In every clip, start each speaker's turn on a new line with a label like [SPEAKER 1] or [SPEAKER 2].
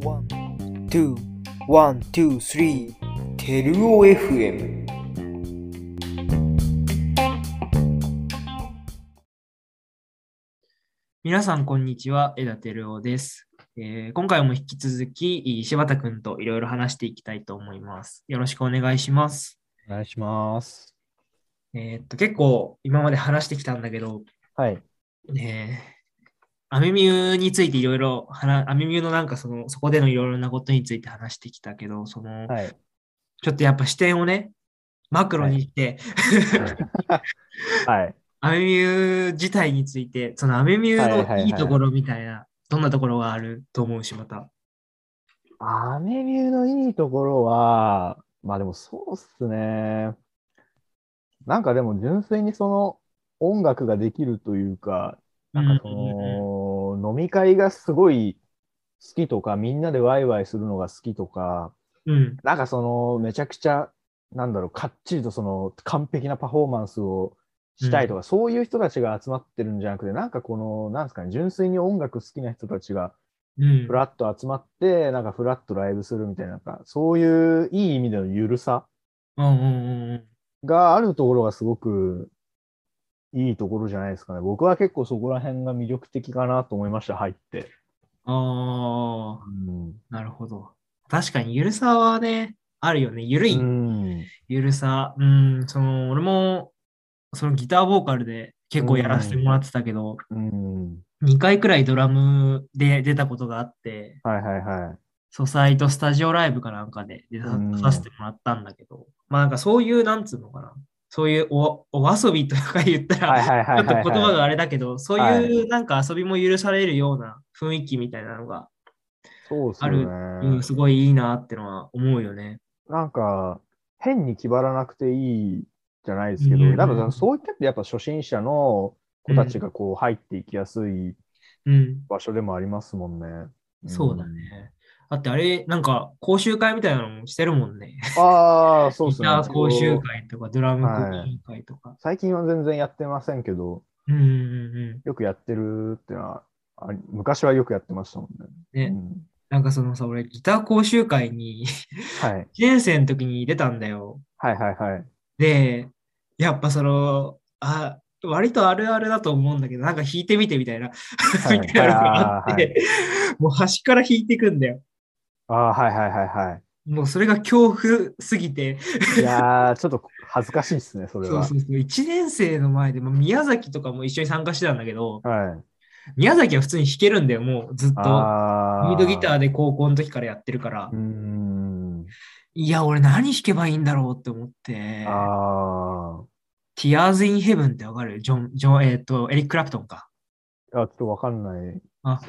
[SPEAKER 1] ワン、ツー、ワン、ツー、スリー、テルオ FM。
[SPEAKER 2] 皆さん、こんにちは。枝照夫です、えー今回も引き続き、柴田くんといろいろ話していきたいと思います。よろしくお願いします。
[SPEAKER 3] お願いします。
[SPEAKER 2] えーっと、結構今まで話してきたんだけど、
[SPEAKER 3] はい。
[SPEAKER 2] ねえアメミューについていろいろ話、アメミューのなんかその、そこでのいろいろなことについて話してきたけど、その、
[SPEAKER 3] はい。
[SPEAKER 2] ちょっとやっぱ視点をね、マクロにして、
[SPEAKER 3] はい。
[SPEAKER 2] アメミュー自体について、そのアメミュ
[SPEAKER 3] はいはい
[SPEAKER 2] ー
[SPEAKER 3] は
[SPEAKER 2] の
[SPEAKER 3] い
[SPEAKER 2] いいところみたいな、どんなところがあると思うし、また。
[SPEAKER 3] アメビューのいいところは、まあでもそうっすね。なんかでも純粋にその音楽ができるというか、なんかその飲み会がすごい好きとか、みんなでワイワイするのが好きとか、
[SPEAKER 2] うん。
[SPEAKER 3] なんかそのめちゃくちゃ、なんだろう、かっちりとその完璧なパフォーマンスをしたいとか、そういう人たちが集まってるんじゃなくて、なんかこの、なんですかね、純粋に音楽好きな人たちが
[SPEAKER 2] うん。
[SPEAKER 3] フラッと集まって、なんかフラッとライブするみたいな、なんかそういういい意味でのゆるさ
[SPEAKER 2] うんうんうん
[SPEAKER 3] があるところがすごくいいところじゃないですかね。僕は結構そこら辺が魅力的かなと思いました、入って。
[SPEAKER 2] うん。ああ、
[SPEAKER 3] うん。
[SPEAKER 2] なるほど。確かに、ゆるさはね、あるよね。ゆるい、
[SPEAKER 3] うん
[SPEAKER 2] ゆるさ。うん、その、俺も、そのギターボーカルで結構やらせてもらってたけど、
[SPEAKER 3] うん。
[SPEAKER 2] 2回くらいドラムで出たことがあって、
[SPEAKER 3] はいはいはい。
[SPEAKER 2] ソサイトスタジオライブかなんかで出さ
[SPEAKER 3] うん
[SPEAKER 2] 出させてもらったんだけど、まあなんかそういう、なんつうのかな、そういうおお遊びとか言った
[SPEAKER 3] はいは
[SPEAKER 2] ら、
[SPEAKER 3] い
[SPEAKER 2] ちょ
[SPEAKER 3] は
[SPEAKER 2] っ
[SPEAKER 3] い
[SPEAKER 2] と
[SPEAKER 3] は
[SPEAKER 2] 言
[SPEAKER 3] い、
[SPEAKER 2] 葉が
[SPEAKER 3] はい。
[SPEAKER 2] あれだけど、そう
[SPEAKER 3] はい
[SPEAKER 2] いうなんか遊びも許されるような雰囲気みたいなのが、
[SPEAKER 3] そうです
[SPEAKER 2] あ
[SPEAKER 3] よ
[SPEAKER 2] るう
[SPEAKER 3] ね
[SPEAKER 2] ん、。すごいいいなってのは思うよね。
[SPEAKER 3] なんか、変に気張らなくていいじゃないですけど、
[SPEAKER 2] うん
[SPEAKER 3] なんかそういったってやっぱ初心者の子たちがこう入っていきやすい
[SPEAKER 2] うん、
[SPEAKER 3] 場所でもありますもんね。ん
[SPEAKER 2] そうだ。ね。だってあれ、なんか講習会みたいなのもしてるもんね。
[SPEAKER 3] ああ、そう
[SPEAKER 2] ギ
[SPEAKER 3] ですね
[SPEAKER 2] タ。ー講習会とか、ドラム講習会とか。
[SPEAKER 3] 最近は全然やってませんけど、
[SPEAKER 2] うんうんう
[SPEAKER 3] よくやってるってのは、あり昔はよくやってましたもんね。
[SPEAKER 2] ん。
[SPEAKER 3] う
[SPEAKER 2] ね、
[SPEAKER 3] ん
[SPEAKER 2] なんかそのさ、俺、ギター講習会に
[SPEAKER 3] はい
[SPEAKER 2] 1年生の時に出たんだよ。
[SPEAKER 3] はいはいはい。
[SPEAKER 2] で、やっぱその、あ、割とあるあるだと思うんだけど、なんか弾いてみてみたいな、
[SPEAKER 3] い
[SPEAKER 2] みたいなのがあっ
[SPEAKER 3] はいは
[SPEAKER 2] て、もう端から弾いていくんだよ。
[SPEAKER 3] ああ、はいはいはい は
[SPEAKER 2] もうそれが恐怖すぎて、
[SPEAKER 3] い。いやー、ちょっと恥ずかしいですね、それ
[SPEAKER 2] そう
[SPEAKER 3] は。
[SPEAKER 2] そうそう1年生の前で、まあ、宮崎とかも一緒に参加してたんだけど、
[SPEAKER 3] はい。
[SPEAKER 2] 宮崎は普通に弾けるんだよ、もうずっと。
[SPEAKER 3] あ
[SPEAKER 2] ミードギター
[SPEAKER 3] で。
[SPEAKER 2] で高校の時からやってるから
[SPEAKER 3] う、ーん。
[SPEAKER 2] いや、俺何弾けばいいんだろうって思って、
[SPEAKER 3] あ
[SPEAKER 2] Tears in Heaven ってわかるジョン、ジョン、えっ、と、エリック・クラプトンか。
[SPEAKER 3] ーあ、ちょっとわかんない。
[SPEAKER 2] あ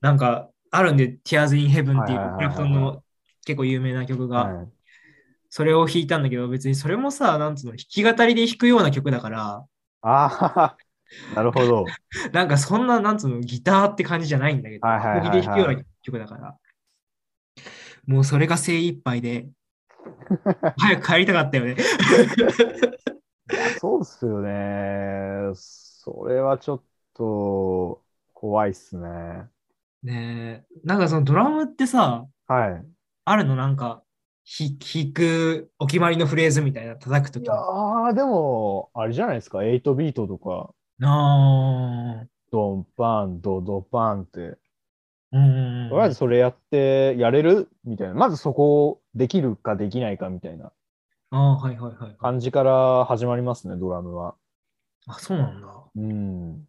[SPEAKER 2] なんか、あるんで、Tears in Heaven って
[SPEAKER 3] はいはいはい
[SPEAKER 2] い
[SPEAKER 3] は
[SPEAKER 2] う
[SPEAKER 3] い
[SPEAKER 2] クラプトンの結構有名な曲が、
[SPEAKER 3] はい
[SPEAKER 2] それを弾いたんだけど、別にそれもさ、なんつうの、弾き語りで弾くような曲だから、
[SPEAKER 3] ああ、 なるほど。
[SPEAKER 2] なんかそんな、なんつうの、ギターって感じじゃないんだけど、
[SPEAKER 3] はいはいはいはい
[SPEAKER 2] アコギで弾くような曲だから。もうそれが精一 杯で、早く帰りたかったよね。
[SPEAKER 3] そうっすよね。それはちょっと怖いっすね。
[SPEAKER 2] ねえ、なんかそのドラムってさ、
[SPEAKER 3] はい。
[SPEAKER 2] あるのなんか、ひ弾くお決まりのフレーズみたいな叩くと
[SPEAKER 3] い
[SPEAKER 2] き
[SPEAKER 3] や
[SPEAKER 2] あ
[SPEAKER 3] ー、でも、あれじゃないですか、8ビートとか、
[SPEAKER 2] あ
[SPEAKER 3] ドンパン、ドドパンって。
[SPEAKER 2] ー、うんうん
[SPEAKER 3] とりあえずそれやって、やれるみたいな。まずそこをできるかできないかみたいな
[SPEAKER 2] ああー、はいはいはい。
[SPEAKER 3] 感じから始まりますね、ドラムは。
[SPEAKER 2] あ、そうなんだ。
[SPEAKER 3] うん。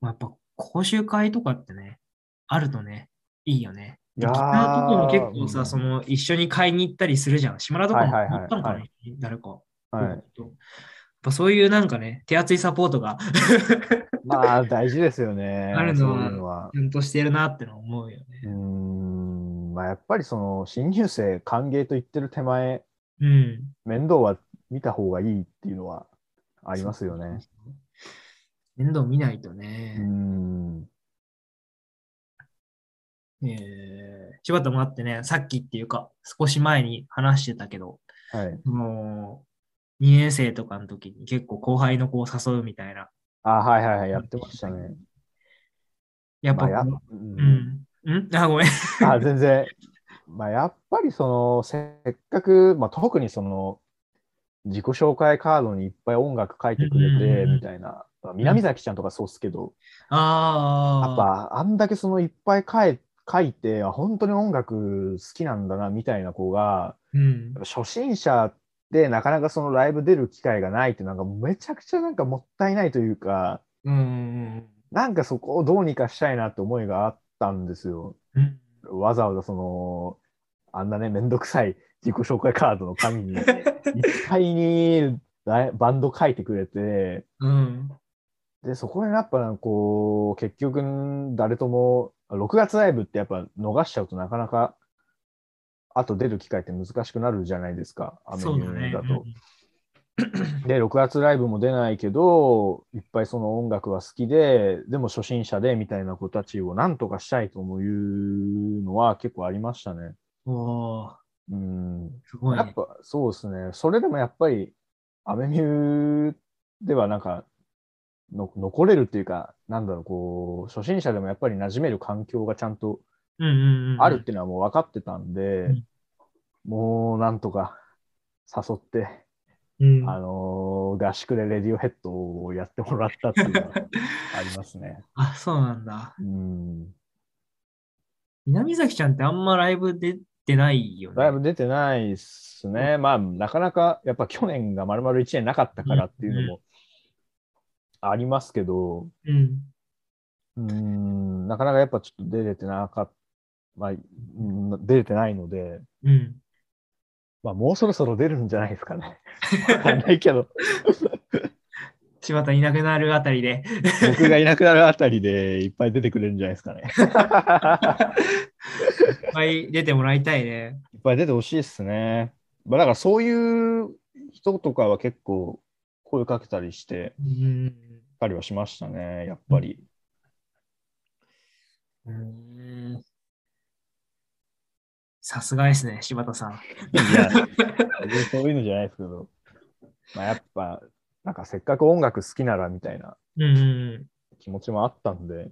[SPEAKER 2] まあ、やっぱ講習会とかってね、あるとね、いいよね。
[SPEAKER 3] い
[SPEAKER 2] で
[SPEAKER 3] や
[SPEAKER 2] ギ
[SPEAKER 3] ー
[SPEAKER 2] ターとかも結構
[SPEAKER 3] う
[SPEAKER 2] さ、
[SPEAKER 3] ん
[SPEAKER 2] その一緒に買いに行ったりするじゃん。島田とかも
[SPEAKER 3] はいはいはい
[SPEAKER 2] 行ったのかな、
[SPEAKER 3] は
[SPEAKER 2] 誰か。
[SPEAKER 3] は
[SPEAKER 2] や
[SPEAKER 3] い
[SPEAKER 2] っ。ぱそういうなんかね、手厚いサポートが
[SPEAKER 3] まあ、大事ですよね。
[SPEAKER 2] あるのは
[SPEAKER 3] そういうのは。
[SPEAKER 2] ちゃんとしてるなってのは思うよ
[SPEAKER 3] うー
[SPEAKER 2] ね。
[SPEAKER 3] ん、まあ、やっぱりその新入生歓迎と言ってる手前、
[SPEAKER 2] うん。
[SPEAKER 3] 面倒は見た方がいいっていうのはありますよね。。
[SPEAKER 2] 面倒見ないと
[SPEAKER 3] うー
[SPEAKER 2] ね。
[SPEAKER 3] ん、
[SPEAKER 2] えー、柴田もあってね、さっきっていうか、少し前に話してたけど、
[SPEAKER 3] はい。
[SPEAKER 2] もう2年生とかの時に結構後輩の子を誘うみたいな
[SPEAKER 3] あ、はいはいはい、やってましたね。
[SPEAKER 2] やっ
[SPEAKER 3] ま
[SPEAKER 2] ぱ
[SPEAKER 3] あ、や
[SPEAKER 2] こ
[SPEAKER 3] う
[SPEAKER 2] う、うん。うんあ、ごめん。
[SPEAKER 3] んあ全然、まあ、やっぱりその、せっかく、まあ、特にその、自己紹介カードにいっぱい音楽書いてく
[SPEAKER 2] うんうん
[SPEAKER 3] れて、
[SPEAKER 2] うん
[SPEAKER 3] みたいな。まあ南崎ちゃんとかそうっすけど、
[SPEAKER 2] ああ。
[SPEAKER 3] やっぱ、あんだけそのいっぱい書い書いて、あ本当に音楽好きなんだな、みたいな子が、
[SPEAKER 2] う
[SPEAKER 3] や
[SPEAKER 2] ん
[SPEAKER 3] っ。ぱ初心者でなかなかそのライブ出る機会がないって、なんかめちゃくちゃなんかもったいないというか、
[SPEAKER 2] うん。
[SPEAKER 3] なんかそこをどうにかしたいなって思いがあったんですよ。
[SPEAKER 2] うん。
[SPEAKER 3] わざわざその、あんなね、めんどくさい自己紹介カードの紙に、いっぱいにライバンド書いてくれて、
[SPEAKER 2] うん。
[SPEAKER 3] で、そこでやっぱなんかこう、結局、誰とも、6月ライブってやっぱ逃しちゃうとなかなか、あと出る機会って難しくなるじゃないですか、アメ
[SPEAKER 2] そうだ
[SPEAKER 3] リ
[SPEAKER 2] ね
[SPEAKER 3] カ。だと。で、6月ライブも出ないけど、いっぱいその音楽は好きで、でも初心者でみたいな子たちをなんとかしたいというのは結構ありましたね。
[SPEAKER 2] うんおー、
[SPEAKER 3] うん。
[SPEAKER 2] すごい
[SPEAKER 3] やっ
[SPEAKER 2] ね。
[SPEAKER 3] ぱそうですね。それでもやっぱり、アメミューではなんか、の残れるっていうか、なんだろう、こう、初心者でもやっぱり馴染める環境がちゃんと
[SPEAKER 2] うんうんうん。
[SPEAKER 3] あるっていうのはもう分かってたんで、
[SPEAKER 2] ん
[SPEAKER 3] もうなんとか誘って、
[SPEAKER 2] うん。
[SPEAKER 3] あのー合宿でレディオヘッドをやってもらったっていうのはありますね。
[SPEAKER 2] あ、そうなんだ。
[SPEAKER 3] うん。
[SPEAKER 2] 南崎ちゃんってあんまライブ出てないよね。
[SPEAKER 3] だいぶ出てないっすね。まあ、なかなか、やっぱ去年が丸々1年なかったからっていうのもありますけど、
[SPEAKER 2] うん。
[SPEAKER 3] うん、なかなかやっぱちょっと出れてなかった、まあ、うん出れてないので、
[SPEAKER 2] うん。
[SPEAKER 3] まあ、もうそろそろ出るんじゃないですか ね。わかんないけど、
[SPEAKER 2] 柴田いなくなるあたりで。
[SPEAKER 3] 僕がいなくなるあたりでいっぱい出てくれるんじゃないですかね。
[SPEAKER 2] いっぱい出てもらいたいね。
[SPEAKER 3] いっぱい出てほしいですね。まあ、だからそういう人とかは結構声かけたりして、
[SPEAKER 2] うん。
[SPEAKER 3] たりはしましたね、やっぱり。
[SPEAKER 2] うんさすがですね、柴田さん。
[SPEAKER 3] いや、そういうのじゃないですけど、まあ、やっぱ、なんかせっかく音楽好きならみたいな
[SPEAKER 2] うんうん
[SPEAKER 3] 気持ちもあったんで、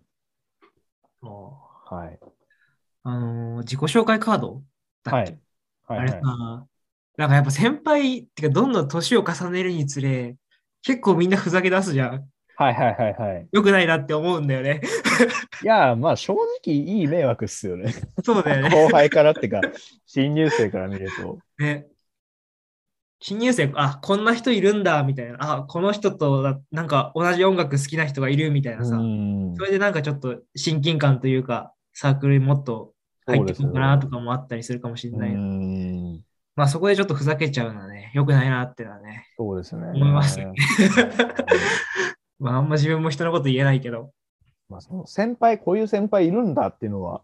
[SPEAKER 2] うん。おー
[SPEAKER 3] はい。
[SPEAKER 2] あのー自己紹介カードだっけ
[SPEAKER 3] はい。はい、
[SPEAKER 2] あ
[SPEAKER 3] は
[SPEAKER 2] れ
[SPEAKER 3] い
[SPEAKER 2] さ、なんかやっぱ先輩ってかどんどん年を重ねるにつれ、結構みんなふざけ出すじゃん。
[SPEAKER 3] はいはいはいはい。
[SPEAKER 2] よくないなって思うんだよね。
[SPEAKER 3] いや、まあ正直いい迷惑っすよ ね。
[SPEAKER 2] そうだよね。
[SPEAKER 3] 後輩からってか、新入生から見ると。
[SPEAKER 2] ね新入生、あ、こんな人いるんだ、みたいな。あ、この人とだ、なんか同じ音楽好きな人がいるみたいなさ。
[SPEAKER 3] ん
[SPEAKER 2] それでなんかちょっと親近感というか、サークルにもっと入ってくるかなとかもあったりするかもしれない。
[SPEAKER 3] うん
[SPEAKER 2] まあそこでちょっとふざけちゃうのはね、よくないなってのはね。
[SPEAKER 3] そうですね。
[SPEAKER 2] 思います
[SPEAKER 3] うん
[SPEAKER 2] まああんま自分も人のこと言えないけど。
[SPEAKER 3] まあ、その先輩、こういう先輩いるんだっていうのは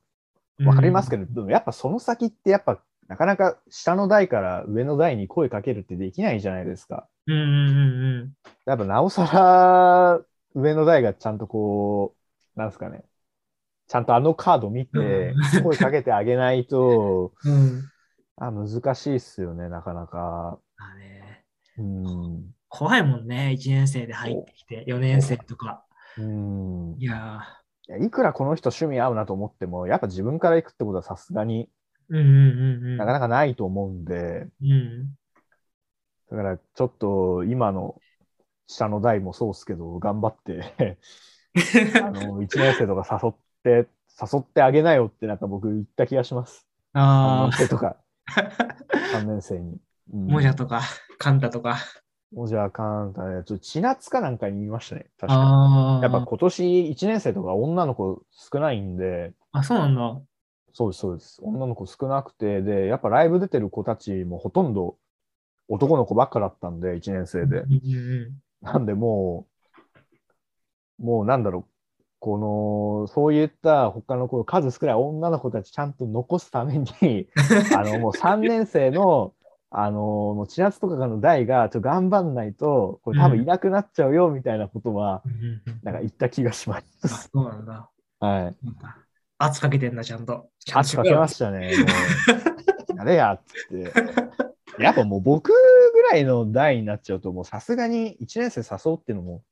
[SPEAKER 3] 分かりますけど、でもやっぱその先って、やっぱなかなか下の代から上の代に声かけるってできないじゃないですか。
[SPEAKER 2] うんうんうんうん。
[SPEAKER 3] やっぱなおさら上の代がちゃんとこう、なんですかね、ちゃんとあのカード見て
[SPEAKER 2] う
[SPEAKER 3] 声かけてあげないと、
[SPEAKER 2] うん。
[SPEAKER 3] あ難しいっすよね、なかなか。
[SPEAKER 2] まあね、
[SPEAKER 3] うん。
[SPEAKER 2] 怖いもんね、1年生で入ってきて、4年生とか。
[SPEAKER 3] うん
[SPEAKER 2] いや
[SPEAKER 3] いやいくらこの人趣味合うなと思っても、やっぱ自分から行くってことはさすがに
[SPEAKER 2] ー、うんうんうんうん。
[SPEAKER 3] なかなかないと思うんで、
[SPEAKER 2] うん、
[SPEAKER 3] だからちょっと今の下の代もそうっすけど、頑張 って、あの、1年生とか誘って、誘ってあげなよってなんか僕言った気がします。3
[SPEAKER 2] あ
[SPEAKER 3] 年生と か、3年生に。
[SPEAKER 2] あ、
[SPEAKER 3] も
[SPEAKER 2] もじゃとか、 カンタとか。
[SPEAKER 3] もじゃあかんたね。ちょっと、ちなつかなんかに言いましたね。確か
[SPEAKER 2] ああ、
[SPEAKER 3] やっぱ今年1年生とか女の子少ないんで、
[SPEAKER 2] あ、そうなんだ。
[SPEAKER 3] そうです、そうです。女の子少なくて、で、やっぱライブ出てる子たちもほとんど男の子ばっかだったんで、1年生で
[SPEAKER 2] う。んうん
[SPEAKER 3] なんでもう、もうなんだろう、この、そういった他のこう数少ない女の子たちちゃんと残すために、 あの、もう3年生の、あの、もう千夏とかの代が、ちょっと頑張んないと、これ多分いなくなっちゃうよ、みたいなことは、
[SPEAKER 2] うんうんうん。
[SPEAKER 3] なんか言った気がしま
[SPEAKER 2] あ
[SPEAKER 3] す。
[SPEAKER 2] そうなんだ。
[SPEAKER 3] はい。
[SPEAKER 2] なんか圧かけてんだ、ちゃんと。ちゃんと
[SPEAKER 3] 圧かけま
[SPEAKER 2] し
[SPEAKER 3] したね。 もうやれやっつって。やっぱもう僕ぐらいの代になっちゃうと、もうさすがに1年生誘うっていうのも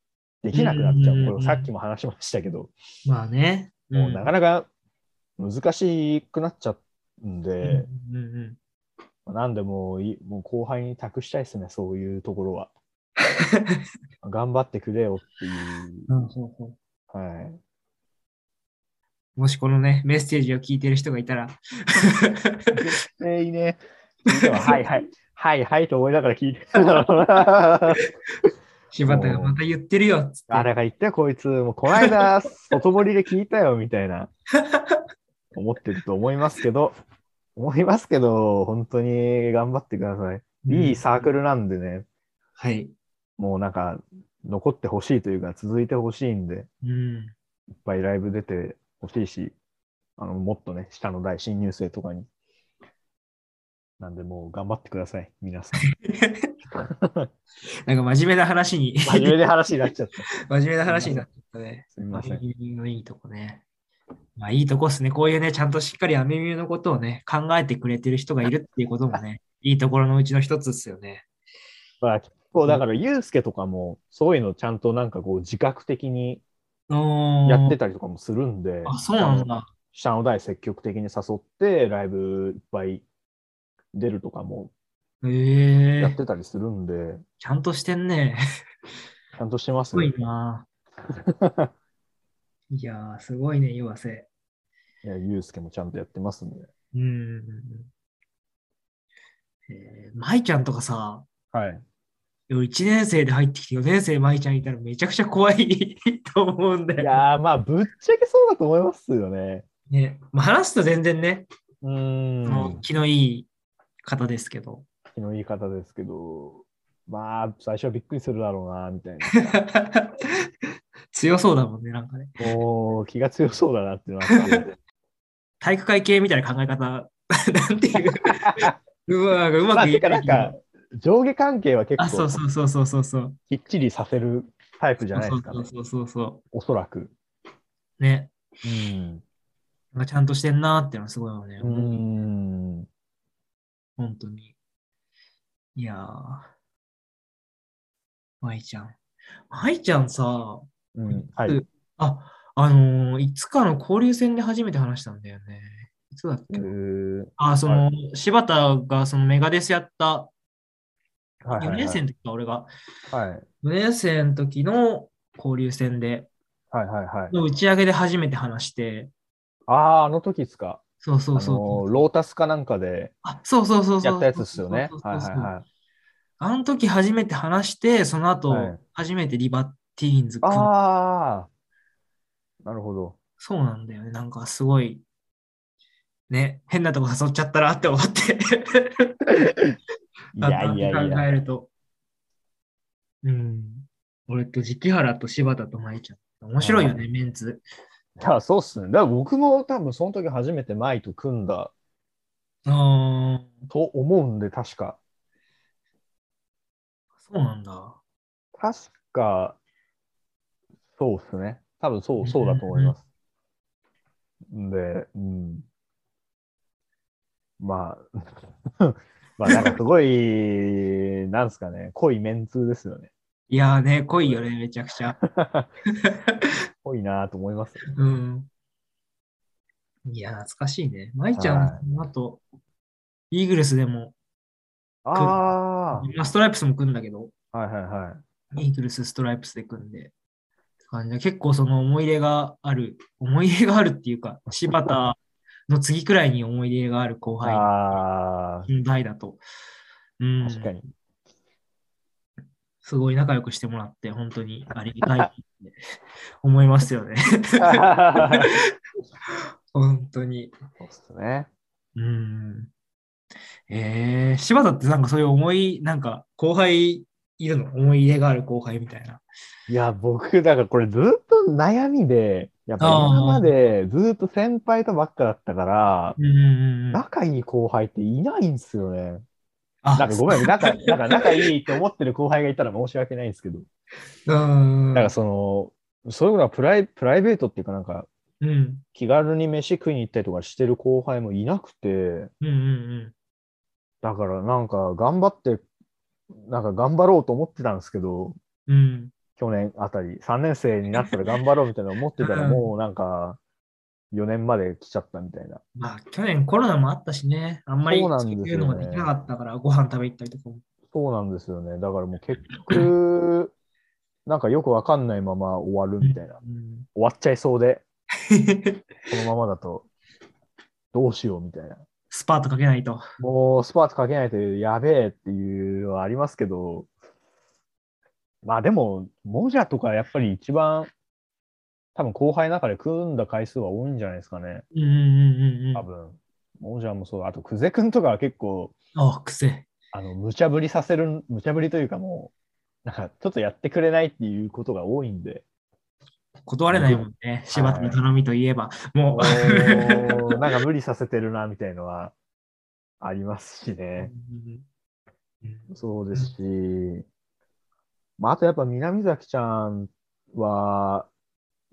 [SPEAKER 3] できなくなっちゃ
[SPEAKER 2] うんう
[SPEAKER 3] う。
[SPEAKER 2] んうんうん
[SPEAKER 3] これさっきも話しましたけど。
[SPEAKER 2] ろよまあね。
[SPEAKER 3] もうなかなか難しくなっちゃうんで、
[SPEAKER 2] うんうんうん
[SPEAKER 3] なんでもういもう後輩に託したいですね、そういうところは。頑張ってくれよっていう。
[SPEAKER 2] うんそうそう
[SPEAKER 3] はい。
[SPEAKER 2] もしこのね、メッセージを聞いてる人がいたら、
[SPEAKER 3] えいいね。でもはいはい。はいはいと思いながら聞いてるだろうな。
[SPEAKER 2] 柴田がまた言ってるよっつって。
[SPEAKER 3] あれが言ったよこいつ。もうこの間、外堀で聞いたよ、みたい な。思ってると思いますけど、思いますけど、本当に頑張ってください。いいサークルなんでね、
[SPEAKER 2] はい。
[SPEAKER 3] もうなんか、残ってほしいというか、続いてほしいんで、
[SPEAKER 2] うん。
[SPEAKER 3] いっぱいライブ出てほしいし、あの、もっとね、下の代、新入生とかに。なんで、もう頑張ってください、皆さん。
[SPEAKER 2] なんか真面目な話に、
[SPEAKER 3] 真面目な話になっちゃった。
[SPEAKER 2] 真面目な話になっちゃったね。
[SPEAKER 3] すみません。
[SPEAKER 2] 雨ミュのいいとこね。まあいいとこっすね。こういうね、ちゃんとしっかりアメミュのことをね、考えてくれてる人がいるっていうこともね、いいところのうちの一つっすよね。
[SPEAKER 3] まあ、結構、だから、ユうスケとかも、そういうのちゃんとなんかこう、自覚的にやって
[SPEAKER 2] た。
[SPEAKER 3] たりとかもするんで、
[SPEAKER 2] あ、そうなんだ。
[SPEAKER 3] 下の台積極的に誘って、ライブいっぱい出るとかも
[SPEAKER 2] へ
[SPEAKER 3] や
[SPEAKER 2] え
[SPEAKER 3] ってたりするんで、
[SPEAKER 2] ちゃんとして んね。
[SPEAKER 3] ちゃんとしてますす
[SPEAKER 2] ご
[SPEAKER 3] ね
[SPEAKER 2] いな。いやー、すごいね、岩瀬。
[SPEAKER 3] いや、ユうスケもちゃんとやってますんで。
[SPEAKER 2] うん。えー、舞ちゃんとかさ、
[SPEAKER 3] はい。
[SPEAKER 2] 1年生で入ってきて4年生舞ちゃんいたらめちゃくちゃ怖い と思うんだ
[SPEAKER 3] い
[SPEAKER 2] よ。
[SPEAKER 3] やー、まあ、ぶっちゃけそうだと思いますよね。
[SPEAKER 2] ね、まあ、話すと全然ね、
[SPEAKER 3] うー
[SPEAKER 2] その
[SPEAKER 3] ん。
[SPEAKER 2] 気のいい方ですけど。
[SPEAKER 3] 気のいい方ですけど、まあ、最初はびっくりするだろうな、みたい
[SPEAKER 2] 強そうだもんね、なんかね。
[SPEAKER 3] な。 もう、気が強そうだなってなって。
[SPEAKER 2] 体育会系みたいな考え方、なんていう。うわーうま
[SPEAKER 3] まあ、
[SPEAKER 2] く言
[SPEAKER 3] てか、
[SPEAKER 2] えな
[SPEAKER 3] ないん
[SPEAKER 2] けど
[SPEAKER 3] か、上下関係は結
[SPEAKER 2] あ、そう
[SPEAKER 3] 構
[SPEAKER 2] そうそうそうそうそう。
[SPEAKER 3] きっちりさせるタイプじゃないですか
[SPEAKER 2] そう
[SPEAKER 3] ね。
[SPEAKER 2] そうそうそ
[SPEAKER 3] おそらく。
[SPEAKER 2] う。ね。
[SPEAKER 3] うん。
[SPEAKER 2] なんかちゃんとしてんなーってのはすごいよね。
[SPEAKER 3] うん。
[SPEAKER 2] 本当に。いやー。舞ちゃん。舞ちゃんさ、
[SPEAKER 3] うんは
[SPEAKER 2] う
[SPEAKER 3] い。
[SPEAKER 2] あ、あのーいつかの交流戦で初めて話したんだよね。いつだっ
[SPEAKER 3] え
[SPEAKER 2] け、
[SPEAKER 3] ー
[SPEAKER 2] あ、その、柴田がそのメガデスやった
[SPEAKER 3] はい
[SPEAKER 2] 4
[SPEAKER 3] はい
[SPEAKER 2] 年
[SPEAKER 3] は
[SPEAKER 2] 生
[SPEAKER 3] い
[SPEAKER 2] の時か、俺が。
[SPEAKER 3] はい
[SPEAKER 2] 4年生の時の交流戦で、
[SPEAKER 3] はいはいはい。
[SPEAKER 2] の打ち上げで初めて話して、
[SPEAKER 3] ああ、あの時ですか。
[SPEAKER 2] そう
[SPEAKER 3] あ
[SPEAKER 2] そ
[SPEAKER 3] の
[SPEAKER 2] うそう。
[SPEAKER 3] ーロータスかなんかで
[SPEAKER 2] あ、そうそうそうそう。
[SPEAKER 3] やったやつですよね
[SPEAKER 2] そう。そう
[SPEAKER 3] はい
[SPEAKER 2] そう
[SPEAKER 3] は
[SPEAKER 2] そう
[SPEAKER 3] いはい。
[SPEAKER 2] あの時初めて話して、その後
[SPEAKER 3] はい、
[SPEAKER 2] 初めてリバティーンズ組んで
[SPEAKER 3] ああ、なるほど。
[SPEAKER 2] そうなんだよね。なんかすごい、ね、変なとこ誘っちゃったなって思って。
[SPEAKER 3] いやいやい
[SPEAKER 2] 考
[SPEAKER 3] や。
[SPEAKER 2] えると。うん。俺と直原と柴田と舞ちゃん。面白いよね、メンツ。
[SPEAKER 3] いや、そうっすね。だから僕も多分その時初めてマイと組んだ
[SPEAKER 2] ああ、
[SPEAKER 3] と思うんで、確か。
[SPEAKER 2] そうなんだ。
[SPEAKER 3] 確か、そうっすね。多分そうう、
[SPEAKER 2] ん
[SPEAKER 3] そうだと思います。んで、うん。まあ、 まあなんかすごい、なんですかね、濃いメンツですよ ね。
[SPEAKER 2] いやーね、濃いよね、めちゃくちゃ。
[SPEAKER 3] 濃いなと思います。
[SPEAKER 2] うん。いやー、懐かしいね。舞ちゃん
[SPEAKER 3] は
[SPEAKER 2] も、あと、イーグルスでも、
[SPEAKER 3] ああ、は
[SPEAKER 2] まあストライプスも組んだけど、
[SPEAKER 3] いはいはい。
[SPEAKER 2] イーグルス、ストライプスで組んで。って感じで結構その思い入れがある、思い入れがあるっていうか、柴田の次くらいに思い入れがある後輩、
[SPEAKER 3] あ
[SPEAKER 2] 代だと。うん
[SPEAKER 3] あ、、確 かに。
[SPEAKER 2] すごい仲良くしてもらって、本当にありがたいって思います よね。本当に。
[SPEAKER 3] そうっすね。
[SPEAKER 2] うん。えー、柴田ってなんかそういう思い、なんか後輩いるの思い入れがある後輩みたいな。
[SPEAKER 3] いや、僕、だからこれずっと悩みで、やっぱ今までずっと先輩とばっかだったから、
[SPEAKER 2] うんうんうん。
[SPEAKER 3] 仲いい後輩っていないんですよね。
[SPEAKER 2] あ
[SPEAKER 3] なんかごめん、仲、なんか仲いいって思ってる後輩がいたら申し訳ないんですけど、
[SPEAKER 2] うん。
[SPEAKER 3] なんかその、そういうのはプライプライベートっていうかなんか、
[SPEAKER 2] うん。
[SPEAKER 3] 気軽に飯食いに行ったりとかしてる後輩もいなくて、
[SPEAKER 2] うんうん
[SPEAKER 3] だからなんか頑張って、なんか頑張ろうと思ってたんですけど、
[SPEAKER 2] うん。うん。
[SPEAKER 3] 去年あたり、3年生になったら頑張ろうみたいなの思ってたら、
[SPEAKER 2] うん
[SPEAKER 3] もうなんか、 4年まで来ちゃったみたいな。
[SPEAKER 2] まあ、去年コロナもあったしね、あんまり
[SPEAKER 3] そうなん
[SPEAKER 2] そう
[SPEAKER 3] です
[SPEAKER 2] い
[SPEAKER 3] よ
[SPEAKER 2] う
[SPEAKER 3] ね
[SPEAKER 2] のができなかったから、ご飯食べ行ったりとかも。
[SPEAKER 3] そうなんですよね。だからもう結局、なんかよくわかんないまま終わるみたいな。
[SPEAKER 2] うん、
[SPEAKER 3] 終わっちゃいそうで、このままだと、どうしようみたいな。
[SPEAKER 2] スパートかけないと。
[SPEAKER 3] もうスパートかけないとやべえっていうのはありますけど、まあでも、モジャとかやっぱり一番、多分後輩の中で組んだ回数は多いんじゃないですかね。
[SPEAKER 2] うんうんうんうん。
[SPEAKER 3] 多分。モジャもそう、あと久世君とかは結構、
[SPEAKER 2] あ、くせ。
[SPEAKER 3] あの、無茶ぶりさせる、無茶ぶりというかもう、なんかちょっとやってくれないっていうことが多いん で、
[SPEAKER 2] 断れないもんね。柴田の頼みといえば。も
[SPEAKER 3] もうなんか無理させてるなみたいのはありますし
[SPEAKER 2] う。う
[SPEAKER 3] ね。
[SPEAKER 2] ん
[SPEAKER 3] そうですし、まあ、あとやっぱ南崎ちゃんは、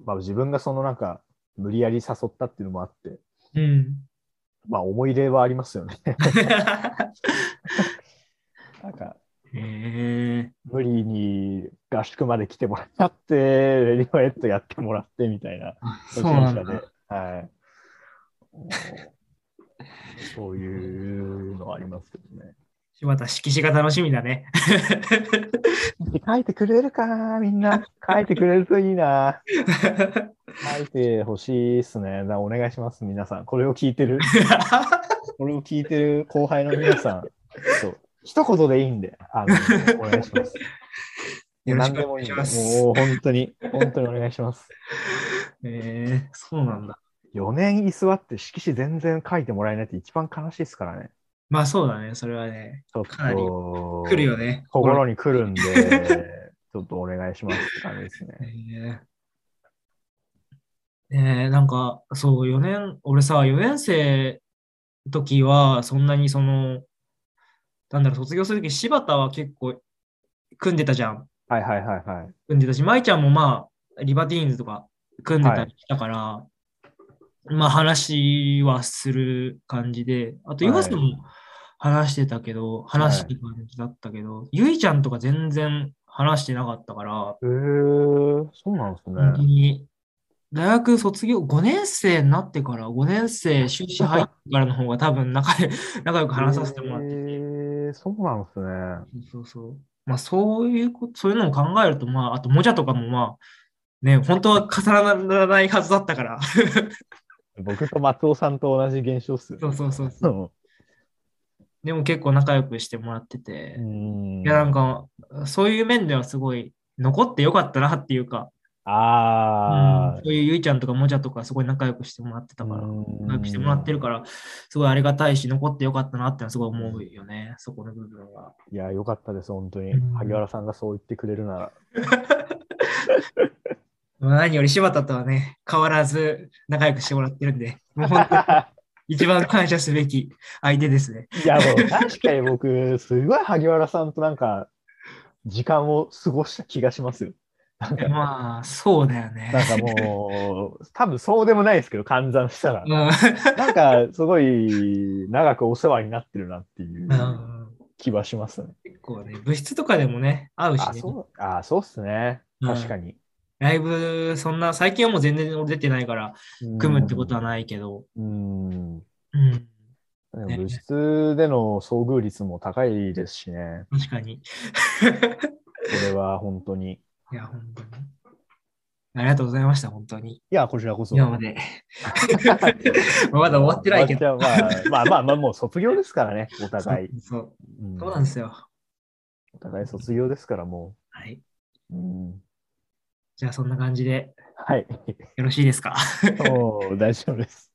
[SPEAKER 3] まあ、自分がそのなんか無理やり誘ったっていうのもあって、
[SPEAKER 2] うん。
[SPEAKER 3] まあ思い入れはありますよね。なんか
[SPEAKER 2] へえ。
[SPEAKER 3] 無理に合宿まで来てもらって、 レディオエットやってもらってみたいな。
[SPEAKER 2] そうなん
[SPEAKER 3] で
[SPEAKER 2] だ。
[SPEAKER 3] はい。おーそういうのはありますけどね。
[SPEAKER 2] 柴田、色紙が楽しみだ ね。
[SPEAKER 3] 書いてくれるかな、みんな。書いてくれるといいな。書いてほしいですね。なお願いします、皆さん。これを聞いてる、これを聞いてる後輩の皆さん。そう一言でいいんで、あのお願いします。
[SPEAKER 2] よろし
[SPEAKER 3] 何
[SPEAKER 2] く
[SPEAKER 3] で
[SPEAKER 2] お
[SPEAKER 3] も
[SPEAKER 2] 願
[SPEAKER 3] い
[SPEAKER 2] い
[SPEAKER 3] いんで、
[SPEAKER 2] します。
[SPEAKER 3] もう本当に、本当にお願いします。
[SPEAKER 2] へえ、そうなんだ。
[SPEAKER 3] 4年居座って色紙全然書いてもらえないって一番悲しいですからね。
[SPEAKER 2] まあそうだね、それはね。
[SPEAKER 3] ちょっ
[SPEAKER 2] かなり
[SPEAKER 3] と。
[SPEAKER 2] 来るよね。
[SPEAKER 3] 心に来るん で、ちょっとお願いしますって感じですね。
[SPEAKER 2] ねえねえなんか、そう、4年、俺さ、4年生の時は、そんなにその、なんだろう、卒業する時柴田は結構、組んでたじゃん。
[SPEAKER 3] はいはいはいはい。
[SPEAKER 2] 組んでたし、舞ちゃんもまあ、リバティーンズとか、組んでたりしたから、まあ、話はする感じで、あと、
[SPEAKER 3] はい
[SPEAKER 2] ユガスも話してたけど、話してた感じだったけど、ゆいちゃんとか全然話してなかったから、
[SPEAKER 3] えー、そうなんです
[SPEAKER 2] 本当
[SPEAKER 3] ね。
[SPEAKER 2] に、大学卒業、5年生になってから、5年生、修士入ってからの方が多分仲で 仲良く話させてもら
[SPEAKER 3] え
[SPEAKER 2] ってて、
[SPEAKER 3] ー、そうなんですね。
[SPEAKER 2] そうそう。まあ、そういうこと、そういうのを考えると、まあ、あと、もじゃとかもまあ、ね、本当は重ならないはずだったから。
[SPEAKER 3] 僕と松尾さんと同じ現象っすよね
[SPEAKER 2] そうそうそうそう。
[SPEAKER 3] そ
[SPEAKER 2] でも結構仲良くしてもらってて
[SPEAKER 3] う。う、ん
[SPEAKER 2] いや、なんか、そういう面ではすごい、残ってよかったなっていうか、
[SPEAKER 3] あ
[SPEAKER 2] う
[SPEAKER 3] あ
[SPEAKER 2] んそういうゆいちゃんとかもじゃとか、すごい仲良くしてもらってたから。仲良くしてもらってる
[SPEAKER 3] か
[SPEAKER 2] から、すごいありがたいし、残ってよかったなってのはすごい思うよね、そこの部分は。
[SPEAKER 3] いや、よかったです、本当に
[SPEAKER 2] うん。
[SPEAKER 3] 萩原さんがそう言ってくれるなら。
[SPEAKER 2] まあ何より柴田とはね、変わらず仲良くしてもらってるんで、もう本当に 一番感謝すべき 相手で すね。
[SPEAKER 3] いや、もう確かに僕、すごい萩原さんとなんか、時間を過ごした気がしますよ。なんか、
[SPEAKER 2] まあ、そうだよね。
[SPEAKER 3] なんかもう、多分そうでもないですけど、換算したら
[SPEAKER 2] う。ん
[SPEAKER 3] なんか、すごい長くお世話になってるなっていう
[SPEAKER 2] うん
[SPEAKER 3] 気はしますね。
[SPEAKER 2] 結構ね、部室とかでもね、会うし
[SPEAKER 3] あ、
[SPEAKER 2] ね、
[SPEAKER 3] そう、あ、そうっすね。
[SPEAKER 2] うん
[SPEAKER 3] 確かに。
[SPEAKER 2] ライブ、そんな、最近はもう全然俺出てないから、組むってこと
[SPEAKER 3] は。
[SPEAKER 2] はないけど、
[SPEAKER 3] うん。
[SPEAKER 2] うん、
[SPEAKER 3] でも物質での遭遇率も高いですしね。
[SPEAKER 2] 確かに。
[SPEAKER 3] これは本当に。い
[SPEAKER 2] いや、本当に。ありがとうございました、本当に。
[SPEAKER 3] や、こちらこそ。
[SPEAKER 2] 今まで。 まだ終わってないけど。
[SPEAKER 3] 終わっちゃうまあ、まあまあまあ、もう卒業ですからね、お互い。
[SPEAKER 2] そう
[SPEAKER 3] うん
[SPEAKER 2] そうなんですよ。
[SPEAKER 3] お互い卒業ですから、も
[SPEAKER 2] はい。
[SPEAKER 3] う。うん
[SPEAKER 2] じゃあそんな感じで
[SPEAKER 3] はい。
[SPEAKER 2] よろしいですか。
[SPEAKER 3] もう大丈夫です。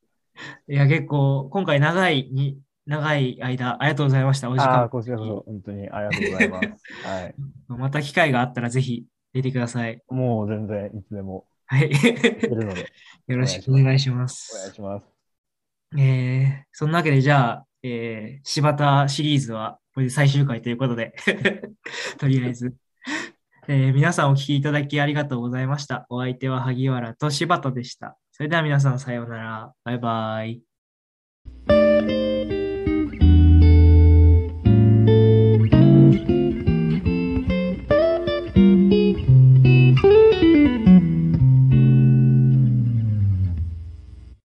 [SPEAKER 2] いや、結構今回長いに、長い間ありがとうございました。お時
[SPEAKER 3] ああ、
[SPEAKER 2] 間。
[SPEAKER 3] こちらこそ、本当にありがとうございます。はい。
[SPEAKER 2] また機会があったらぜひ出てください。
[SPEAKER 3] もう全然いつでも
[SPEAKER 2] は
[SPEAKER 3] い
[SPEAKER 2] い。
[SPEAKER 3] るので、
[SPEAKER 2] よろしくお願いしま
[SPEAKER 3] お願い
[SPEAKER 2] す。
[SPEAKER 3] します。
[SPEAKER 2] えー、そんなわけでじゃあ、えー、柴田シリーズはこれで最終回ということで、 とりあえず。えー皆さんお聞きいただきありがとうございました。お相手は萩原と柴田でした。それでは皆さんさようなら。バイバイ。